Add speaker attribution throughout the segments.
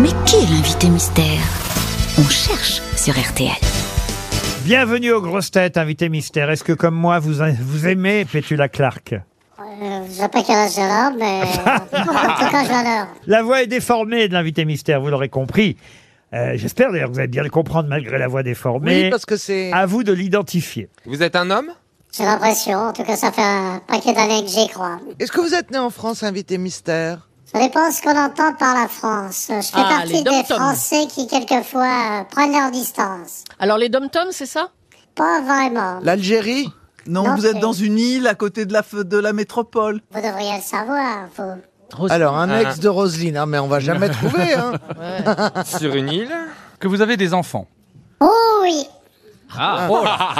Speaker 1: Mais qui est l'invité mystère On cherche sur RTL.
Speaker 2: Bienvenue aux grosses têtes, invité mystère. Est-ce que, comme moi, vous, vous aimez Pétula Clark
Speaker 3: Euh, je sais pas quel âge j'ai là, mais en tout cas, je vais à l'heure.
Speaker 2: La voix est déformée de l'invité mystère, vous l'aurez compris. Euh, J'espère d'ailleurs que vous allez bien le comprendre malgré la voix déformée.
Speaker 4: Oui, parce que c'est.
Speaker 2: À vous de l'identifier.
Speaker 5: Vous êtes un homme
Speaker 3: J'ai l'impression, en tout cas, ça fait un paquet d'années que j'y crois.
Speaker 4: Est-ce que vous êtes né en France, invité mystère
Speaker 3: Ça dépend ce qu'on entend par la France. Je fais
Speaker 6: Ah,
Speaker 3: partie des
Speaker 6: les dom-toms.
Speaker 3: Français qui, quelquefois, euh, prennent leur distance.
Speaker 6: Alors les dom-toms, c'est ça
Speaker 3: Pas vraiment.
Speaker 4: L'Algérie
Speaker 7: Non,
Speaker 3: Non,
Speaker 7: vous êtes
Speaker 3: c'est-
Speaker 7: dans une île à côté de la, f- de la métropole.
Speaker 3: Vous devriez le savoir, vous.
Speaker 4: Alors, un
Speaker 5: Ah.
Speaker 4: ex de Roselyne, hein, mais on va jamais trouver. Hein.
Speaker 5: sur une île
Speaker 8: que vous avez des enfants.
Speaker 3: Oh oui,
Speaker 4: Ah.
Speaker 5: Ah.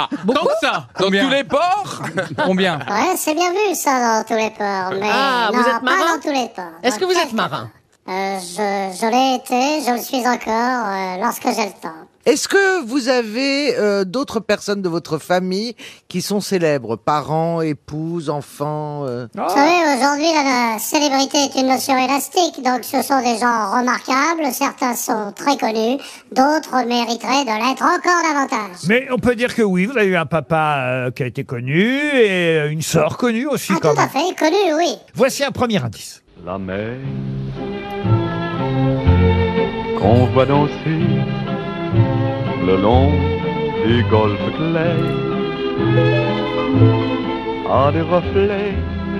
Speaker 5: Oh
Speaker 8: Beaucoup ça
Speaker 5: Dans
Speaker 8: Combien
Speaker 5: tous les ports
Speaker 8: Combien
Speaker 3: ouais, c'est bien vu ça dans tous les ports, mais
Speaker 6: Ah,
Speaker 3: non,
Speaker 6: vous êtes
Speaker 3: pas
Speaker 6: marin
Speaker 3: dans tous les ports.
Speaker 6: Est-ce
Speaker 3: Dans
Speaker 6: que vous êtes
Speaker 3: quelques-
Speaker 6: marin
Speaker 3: euh, Je, je l'ai été, je le suis encore euh, lorsque j'ai le temps.
Speaker 4: Est-ce que vous avez euh, d'autres personnes de votre famille qui sont célèbres Parents, épouses, enfants euh
Speaker 3: Vous savez, aujourd'hui, la, la célébrité est une notion élastique, donc ce sont des gens remarquables, certains sont très connus, d'autres mériteraient de l'être encore davantage.
Speaker 2: Mais on peut dire que oui, vous avez eu un papa euh, qui a été connu et euh, une sœur connue aussi
Speaker 3: Ah,
Speaker 2: quand
Speaker 3: tout à
Speaker 2: même.
Speaker 3: fait, connu, oui.
Speaker 2: Voici un premier indice.
Speaker 9: La mer qu'on voit danser le long du golfe clair a des reflets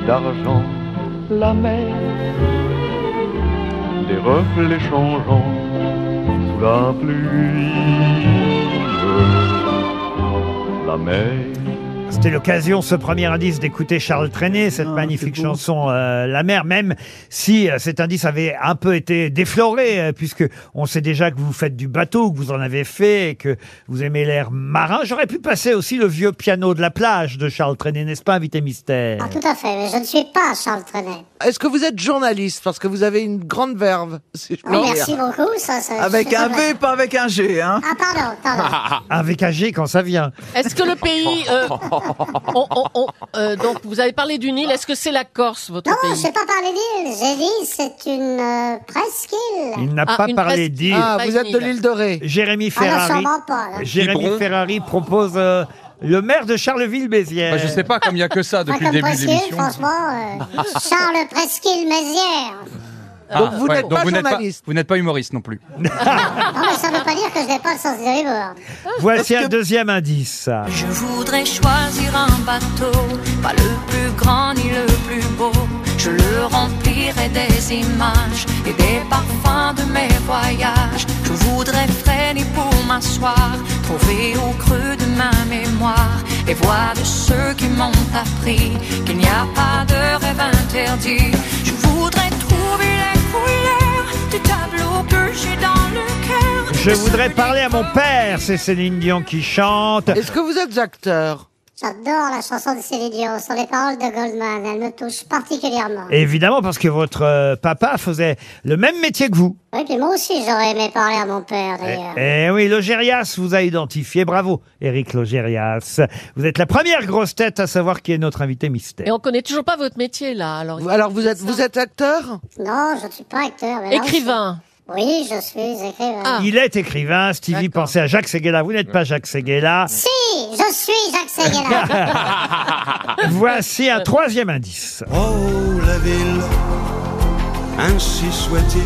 Speaker 9: d'argent. La mer, des reflets changeants sous la pluie. La mer.
Speaker 2: C'était l'occasion, ce premier indice, d'écouter Charles Trenet, cette magnifique chanson euh, La mer, même si euh, cet indice avait un peu été défloré, euh, puisque on sait déjà que vous faites du bateau, que vous en avez fait, et que vous aimez l'air marin. J'aurais pu passer aussi le vieux piano de la plage de Charles Trenet, n'est-ce pas, invité mystère
Speaker 3: Ah, tout à fait, mais je ne suis pas Charles Trenet.
Speaker 4: Est-ce que vous êtes journaliste Parce que vous avez une grande verve, si je
Speaker 3: Oh,
Speaker 4: puis dire.
Speaker 3: merci beaucoup, ça, ça
Speaker 7: Avec
Speaker 3: c'est
Speaker 7: un
Speaker 3: vrai.
Speaker 7: B, pas avec un G, hein.
Speaker 3: Ah, pardon, pardon.
Speaker 2: Avec un G quand ça vient.
Speaker 6: Est-ce que le pays... euh, on- on- on- euh, donc vous avez parlé d'une île, est-ce que c'est la Corse, votre
Speaker 3: Non, je
Speaker 6: pays
Speaker 3: n'ai pas parlé d'île, j'ai dit c'est une euh, presqu'île.
Speaker 2: Il n'a
Speaker 6: Ah,
Speaker 2: pas
Speaker 6: une
Speaker 2: parlé
Speaker 6: presse-
Speaker 2: d'île.
Speaker 4: Ah,
Speaker 6: Pas
Speaker 4: vous
Speaker 6: une
Speaker 4: êtes de
Speaker 6: île.
Speaker 4: l'île de Ré.
Speaker 2: Jérémy
Speaker 3: Ah non,
Speaker 2: Ferrari.
Speaker 3: sûrement pas. là.
Speaker 2: Jérémy
Speaker 5: Biberon.
Speaker 2: Ferrari propose euh, le maire de Charleville-Mézières.
Speaker 8: Bah, Je sais pas, comme il y a que ça
Speaker 3: Pas
Speaker 8: depuis le
Speaker 3: comme
Speaker 8: début de
Speaker 3: presqu'île,
Speaker 8: l'émission.
Speaker 3: franchement. euh, Charles Presqu'île Mézières.
Speaker 4: Donc vous n'êtes pas
Speaker 8: Ah. vous n'êtes
Speaker 4: journaliste.
Speaker 8: vous n'êtes pas humoriste non plus.
Speaker 3: Non, mais ça ne veut pas dire que je n'ai pas le sens hein. de l'humour.
Speaker 2: Voici un deuxième indice.
Speaker 10: Je voudrais choisir un bateau, pas le plus grand ni le plus beau. Je le remplirai des images et des parfums de mes voyages. Je voudrais freiner pour m'asseoir, trouver au creux de ma mémoire les voix de ceux qui m'ont appris qu'il n'y a pas de rêve interdit. Je voudrais trouver les couleurs du tableau que j'ai dans le cœur.
Speaker 2: Je voudrais parler à mon père, c'est Céline Dion qui chante.
Speaker 4: Est-ce que vous êtes acteur
Speaker 3: J'adore la chanson de Céline Dion sur les paroles de Goldman. Elle me touche particulièrement.
Speaker 2: Évidemment, parce que votre euh, papa faisait le même métier que vous.
Speaker 3: Oui, puis moi aussi, j'aurais aimé parler à mon père, d'ailleurs.
Speaker 2: Eh oui, Logérias vous a identifié. Bravo, Eric Logérias. Vous êtes la première grosse tête à savoir qui est notre invité
Speaker 6: Et
Speaker 2: mystère.
Speaker 6: on connaît toujours pas votre métier, là. Alors,
Speaker 4: Alors vous êtes, vous êtes acteur
Speaker 3: Non, je ne suis pas acteur. Mais non,
Speaker 6: Écrivain.
Speaker 3: je- Oui, je suis écrivain.
Speaker 6: Ah.
Speaker 2: Il est écrivain, Stevie,
Speaker 6: D'accord.
Speaker 2: pensez à Jacques Seguela. Vous n'êtes pas Jacques Seguela.
Speaker 3: Si, je suis Jacques Seguela.
Speaker 2: Voici un troisième indice.
Speaker 9: Oh la ville, ainsi soit-il,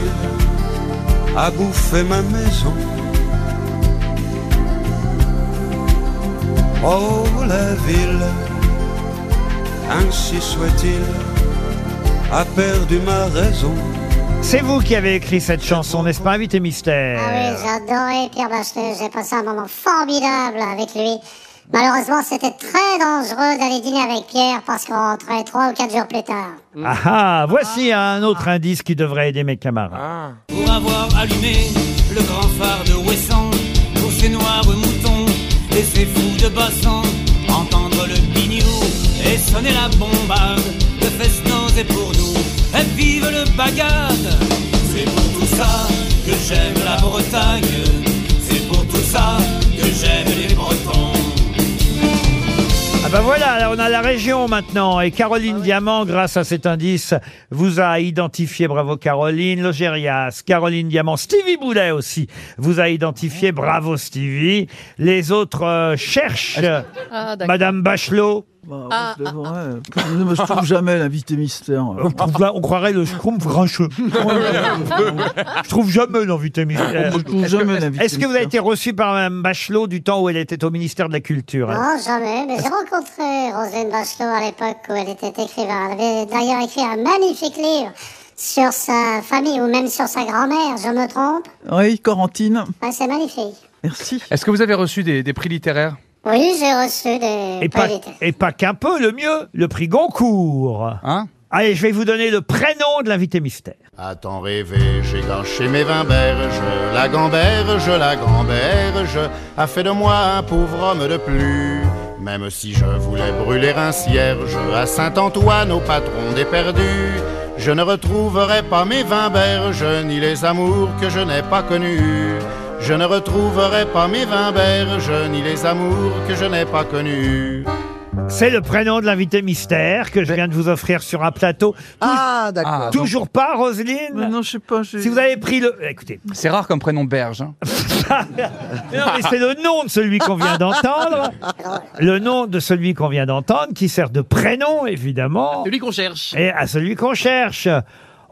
Speaker 9: a bouffé ma maison. Oh la ville, ainsi soit-il, a perdu ma raison.
Speaker 2: C'est vous qui avez écrit cette chanson, n'est-ce pas, invité mystère
Speaker 3: ah oui, j'adorais Pierre Bachelet. J'ai passé un moment formidable avec lui. Malheureusement, c'était très dangereux d'aller dîner avec Pierre parce qu'on rentrait trois ou quatre jours plus tard.
Speaker 2: Ah ah, voici un autre indice qui devrait aider mes camarades.
Speaker 5: Ah.
Speaker 10: Pour avoir allumé le grand phare de Wesson, pour ses noirs moutons et ses fous de bassin, entendre le biniou et sonner la bombarde, le festin est pour nous, et vive le bagade C'est pour tout ça que j'aime la Bretagne, c'est pour tout ça que j'aime les Bretons.
Speaker 2: Ah bah voilà, là on a la région maintenant. Et Caroline Diamant, grâce à cet indice, vous a identifié. Bravo Caroline. Logérias, Caroline Diamant, Stevie Boulet aussi vous a identifié. Bravo Stevie. Les autres euh, cherchent euh,
Speaker 6: Ah, d'accord.
Speaker 2: Madame Bachelot.
Speaker 7: Bah,
Speaker 6: Ah,
Speaker 7: c'est vrai. Je ne trouve jamais l'invité mystère.
Speaker 2: Euh, On, trouve là- on croirait le schtroumpf grincheux. Je trouve jamais l'invité mystère.
Speaker 7: Je ne trouve jamais l'invité
Speaker 2: Est-ce que vous avez
Speaker 7: mystère.
Speaker 2: été reçu par Mme Bachelot du temps où elle était au ministère de la Culture hein
Speaker 3: Non, jamais, mais j'ai rencontré Roselyne Bachelot à l'époque où elle était écrivain. Elle avait d'ailleurs écrit un magnifique livre sur sa famille ou même sur sa grand-mère, je me trompe.
Speaker 7: Oui, Corentine.
Speaker 3: Ouais, c'est magnifique.
Speaker 7: Merci.
Speaker 8: Est-ce que vous avez reçu des, des prix littéraires
Speaker 3: Oui, j'ai reçu des
Speaker 2: Et pas,
Speaker 3: priorités.
Speaker 2: et pas qu'un peu, le mieux, le prix Goncourt.
Speaker 8: Hein
Speaker 2: Allez, je vais vous donner le prénom de l'invité mystère.
Speaker 9: À t'en rêver, j'ai gâché mes vingt berges, la gamberge, la gamberge a fait de moi un pauvre homme de plus. Même si je voulais brûler un cierge à Saint-Antoine, au patron des perdus, je ne retrouverai pas mes vingt berges, ni les amours que je n'ai pas connus. Je ne retrouverai pas mes vingt berges, ni les amours que je n'ai pas connus.
Speaker 2: C'est le prénom de l'invité mystère que je viens de vous offrir sur un plateau. Tou-
Speaker 4: Ah, d'accord.
Speaker 8: Ah,
Speaker 2: Toujours pas,
Speaker 7: Mais
Speaker 2: Roselyne
Speaker 7: Bah, non, je sais pas. j'ai-
Speaker 2: Si vous avez pris le... Eh, Écoutez,
Speaker 8: donc, C'est rare comme prénom Berge. hein.
Speaker 2: non, mais c'est le nom de celui qu'on vient d'entendre. Le nom de celui qu'on vient d'entendre, qui sert de prénom, évidemment.
Speaker 5: Celui qu'on cherche.
Speaker 2: et à celui qu'on cherche.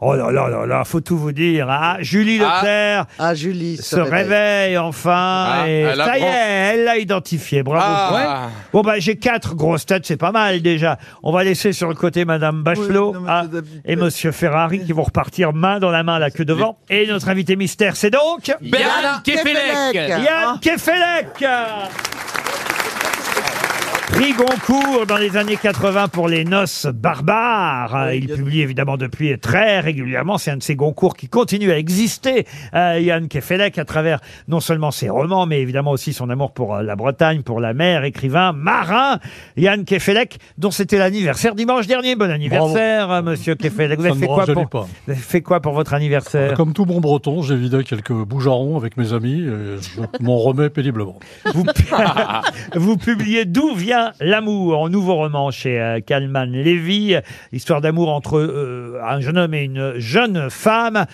Speaker 2: Oh là là là là, faut tout vous dire. Ah, Julie Leclerc
Speaker 4: Ah, Julie.
Speaker 2: se réveille enfin.
Speaker 5: Ah,
Speaker 2: et
Speaker 5: elle
Speaker 2: ça y
Speaker 5: apprend.
Speaker 2: est, elle l'a identifié. Bravo.
Speaker 5: Ah.
Speaker 2: Ouais. Bon, bah, j'ai quatre grosses têtes, c'est pas mal déjà. On va laisser sur le côté Madame Bachelot
Speaker 7: Oui, non, mais
Speaker 2: ah,
Speaker 7: c'est d'habitude.
Speaker 2: et Monsieur Ferrari qui vont repartir main dans la main, la queue devant. Et notre invité mystère, c'est donc.
Speaker 5: Bernard Kefelec.
Speaker 2: Yann Kefelec Prix Goncourt dans les années 80 pour les noces barbares. Il publie évidemment depuis très régulièrement. C'est un de ces Goncourt qui continue à exister. Euh, Yann Kefelec, à travers non seulement ses romans, mais évidemment aussi son amour pour euh, la Bretagne, pour la mer, écrivain, marin. Yann Kefelec, dont c'était l'anniversaire dimanche dernier. Bon anniversaire, euh, monsieur Kefelec. Vous
Speaker 11: Ça
Speaker 2: avez
Speaker 11: ne
Speaker 2: fait
Speaker 11: me
Speaker 2: quoi,
Speaker 11: rajeunit
Speaker 2: pour...
Speaker 11: pas.
Speaker 2: vous avez fait quoi pour votre anniversaire
Speaker 11: Comme tout bon breton, j'ai vidé quelques boujarons avec mes amis et je m'en remets péniblement.
Speaker 2: Vous, vous publiez D'où vient l'amour en nouveau roman chez euh, Kalman Levy, histoire d'amour entre euh, un jeune homme et une jeune femme.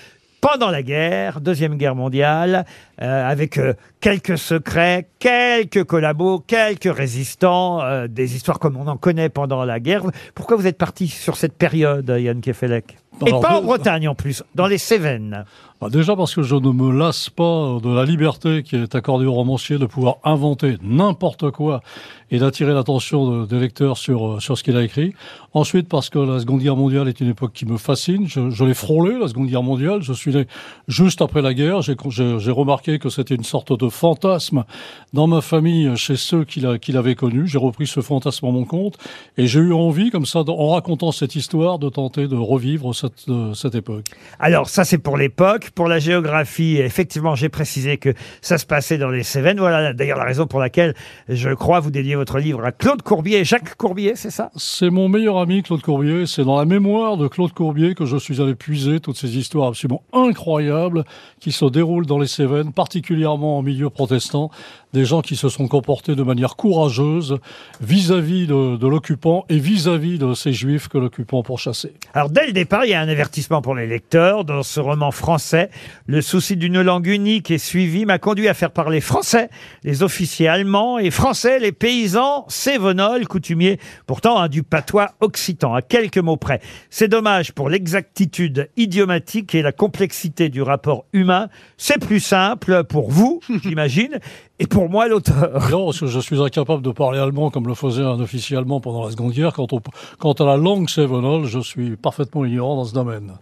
Speaker 2: Pendant la guerre, Deuxième Guerre mondiale, euh, avec euh, quelques secrets, quelques collabos, quelques résistants, euh, des histoires comme on en connaît pendant la guerre. Pourquoi vous êtes parti sur cette période, Yann Kefelec Et
Speaker 11: Alors,
Speaker 2: pas en
Speaker 11: de-
Speaker 2: Bretagne en plus, dans les Cévennes.
Speaker 11: Bah, déjà parce que je ne me lasse pas de la liberté qui est accordée aux romanciers de pouvoir inventer n'importe quoi et d'attirer l'attention de- des lecteurs sur, euh, sur ce qu'il a écrit. Ensuite parce que la Seconde Guerre mondiale est une époque qui me fascine. Je, je l'ai frôlée, la Seconde Guerre mondiale. Je suis né juste après la guerre. J'ai con- J'ai j'ai remarqué que c'était une sorte de fantasme dans ma famille, chez ceux qui l'a- qui l'avaient connu. J'ai repris ce fantasme à mon compte et j'ai eu envie, comme ça, en racontant cette histoire, de tenter de revivre cette, euh, cette époque.
Speaker 2: Alors ça c'est pour l'époque, pour la géographie, effectivement j'ai précisé que ça se passait dans les Cévennes. Voilà d'ailleurs la raison pour laquelle je crois vous dédiez votre livre à Claude Courbier et Jacques Courbier, c'est ça
Speaker 11: C'est mon meilleur ami Claude Courbier. C'est dans la mémoire de Claude Courbier que je suis allé puiser toutes ces histoires absolument incroyables qui se déroulent dans les Cévennes, particulièrement en milieu protestant, des gens qui se sont comportés de manière courageuse vis-à-vis de, de l'occupant et vis-à-vis de ces juifs que l'occupant pourchassait.
Speaker 2: Alors dès le départ, il y a un avertissement pour les lecteurs dans ce roman français. Le souci d'une langue unique et suivie m'a conduit à faire parler français les officiers allemands et français les paysans sévenols coutumiers pourtant hein, du patois occitan à quelques mots près. C'est dommage pour l'exactitude idiomatique et la complexité du rapport humain. C'est plus simple pour vous, j'imagine, et pour moi l'auteur.
Speaker 11: Non, parce que je suis incapable de parler allemand comme le faisait un officier allemand pendant la Seconde Guerre. Quant, au- quant à la langue sévenole, je suis parfaitement ignorant dans ce domaine.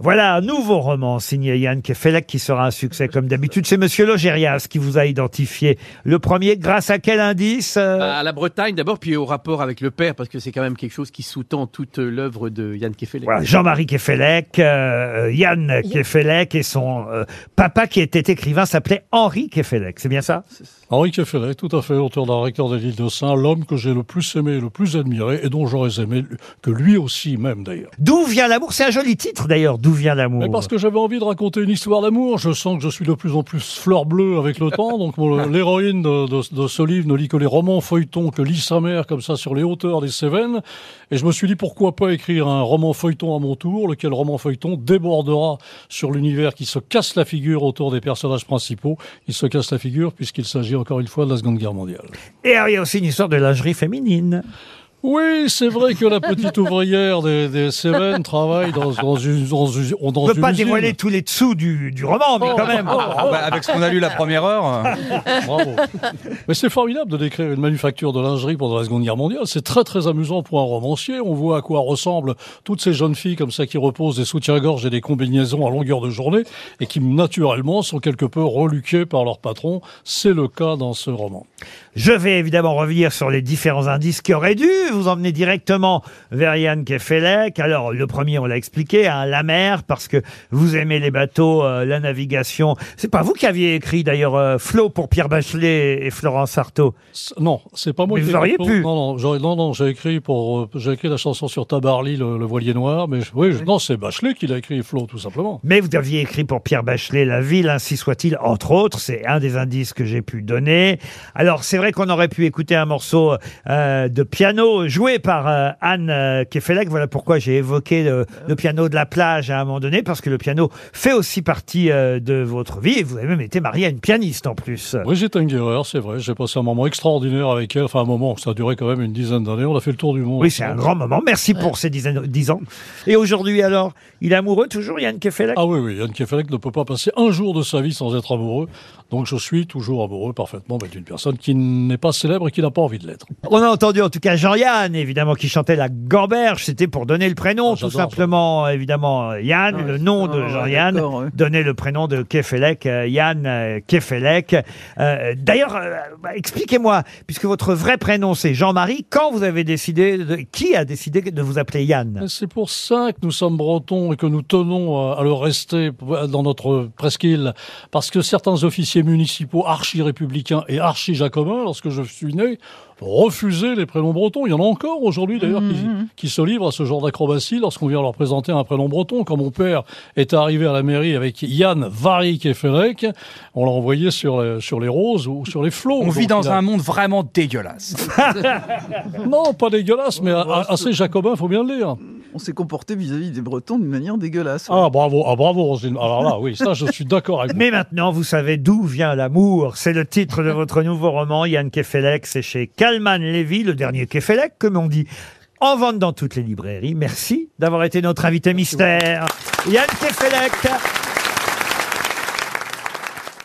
Speaker 2: Voilà un nouveau roman signé Yann Kefelec qui sera un succès comme d'habitude. C'est Monsieur Logérias qui vous a identifié le premier. Grâce à quel indice euh,
Speaker 4: Ah.
Speaker 5: À la Bretagne d'abord, puis au rapport avec le père, parce que c'est quand même quelque chose qui sous-tend toute l'œuvre de Yann Kefelec.
Speaker 2: Voilà, Jean-Marie Kefelec, euh, Yann Kefelec et son euh, papa qui était écrivain s'appelait Henri Kefelec. C'est bien ça
Speaker 11: Henri Queffelet, tout à fait, auteur d'un recteur de l'île de Saint, l'homme que j'ai le plus aimé, le plus admiré, et dont j'aurais aimé que lui aussi même d'ailleurs.
Speaker 2: D'où vient l'amour C'est un joli titre d'ailleurs, D'où vient l'amour
Speaker 11: Mais parce que j'avais envie de raconter une histoire d'amour, je sens que je suis de plus en plus fleur bleue avec le temps, donc mon- l'héroïne de, de- de ce livre ne lit que les romans feuilletons que lit sa mère comme ça sur les hauteurs des Cévennes, et je me suis dit pourquoi pas écrire un roman feuilleton à mon tour, lequel roman feuilleton débordera sur l'univers qui se casse la figure autour des personnages principaux, il se casse la figure puisqu'il s'agit encore une fois de la Seconde Guerre mondiale.
Speaker 2: Et alors, il y a aussi une histoire de lingerie féminine.
Speaker 11: Oui, c'est vrai que la petite ouvrière des, des Cévennes travaille dans, dans une dans une- dans
Speaker 2: On ne peut
Speaker 11: une
Speaker 2: pas
Speaker 11: usine.
Speaker 2: dévoiler tous les dessous du, du roman, mais quand même.
Speaker 11: Ah bah, avec ce qu'on a lu la première heure. euh, Bravo. Mais c'est formidable de décrire une manufacture de lingerie pendant la Seconde Guerre mondiale. C'est très très amusant pour un romancier. On voit à quoi ressemblent toutes ces jeunes filles comme ça qui reposent des soutiens-gorge et des combinaisons à longueur de journée et qui naturellement sont quelque peu reluquées par leur patron. C'est le cas dans ce roman.
Speaker 2: Je vais évidemment revenir sur les différents indices qui auraient dû vous emmener directement vers Yann Kefelec. Alors, le premier, on l'a expliqué, hein, la mer, parce que vous aimez les bateaux, euh, la navigation. C'est pas vous qui aviez écrit d'ailleurs euh, Flo pour Pierre Bachelet et Florence Artaud.
Speaker 11: Non, c'est pas moi
Speaker 2: Mais
Speaker 11: qui
Speaker 2: vous
Speaker 11: ai
Speaker 2: auriez
Speaker 11: compo-
Speaker 2: pu.
Speaker 11: Non, non, j'aurais- non, non, j'ai écrit pour, euh, j'ai écrit la chanson sur Tabarly, le, le voilier noir, mais je- oui, je- non, c'est Bachelet qui l'a écrit, Flo, tout simplement.
Speaker 2: Mais vous aviez écrit pour Pierre Bachelet La ville, ainsi soit-il, entre autres. C'est un des indices que j'ai pu donner. Alors, c'est vrai qu'on aurait pu écouter un morceau euh, de piano joué par euh, Anne euh, Kefelec. Voilà pourquoi j'ai évoqué le, le piano de la plage à un moment donné, parce que le piano fait aussi partie euh, de votre vie. Et vous avez même été marié à une pianiste en plus.
Speaker 11: Brigitte Engerer, c'est vrai, j'ai passé un moment extraordinaire avec elle, enfin un moment, ça a duré quand même une dizaine d'années, on a fait le tour du monde.
Speaker 2: Oui, c'est un grand moment. Merci pour ces dizaines- dix ans. Et aujourd'hui, alors, il est amoureux toujours, Yann Kefelec
Speaker 11: Ah oui, oui, Yann Kefelec ne peut pas passer un jour de sa vie sans être amoureux, donc je suis toujours amoureux parfaitement mais d'une personne qui n'est pas célèbre et qui n'a pas envie de l'être.
Speaker 2: On a entendu en tout cas Jean-Yann, évidemment, qui chantait la gamberge. C'était pour donner le prénom, tout simplement, évidemment, euh, Yann, le nom de Jean-Yann. Donner le prénom de Kefelec, euh, Yann euh, Kefelec. Euh, D'ailleurs, euh, bah, expliquez-moi, puisque votre vrai prénom c'est Jean-Marie, quand vous avez décidé, de- qui a décidé de vous appeler Yann
Speaker 11: Et C'est pour ça que nous sommes bretons et que nous tenons à à le rester dans notre presqu'île. Parce que certains officiers municipaux archi-républicains et archi-jacobins, lorsque je suis né, refusaient les prénoms bretons. Il y en a encore aujourd'hui d'ailleurs qui- qui, se livrent à ce genre d'acrobatie lorsqu'on vient leur présenter un prénom breton. Quand mon père est arrivé à la mairie avec Yann Varick et Félec, on l'a envoyé sur les, sur les roses ou sur les flots.
Speaker 8: On vit
Speaker 11: Donc,
Speaker 8: dans
Speaker 11: il a-
Speaker 8: un monde vraiment dégueulasse.
Speaker 11: Non, pas dégueulasse, mais a- a- assez Ah, jacobin, faut bien le dire.
Speaker 7: On s'est comporté vis-à-vis des Bretons d'une manière dégueulasse.
Speaker 11: Ah bravo, ah bravo Roselyne. Alors là, oui, ça je suis d'accord avec vous.
Speaker 2: Mais maintenant, vous savez d'où vient l'amour. C'est le titre de votre nouveau roman, Yann Kefelec. C'est chez Kalman Levy, le dernier Kefelec, comme on dit. En vente dans toutes les librairies. Merci d'avoir été notre invité mystère. Yann Kefelec.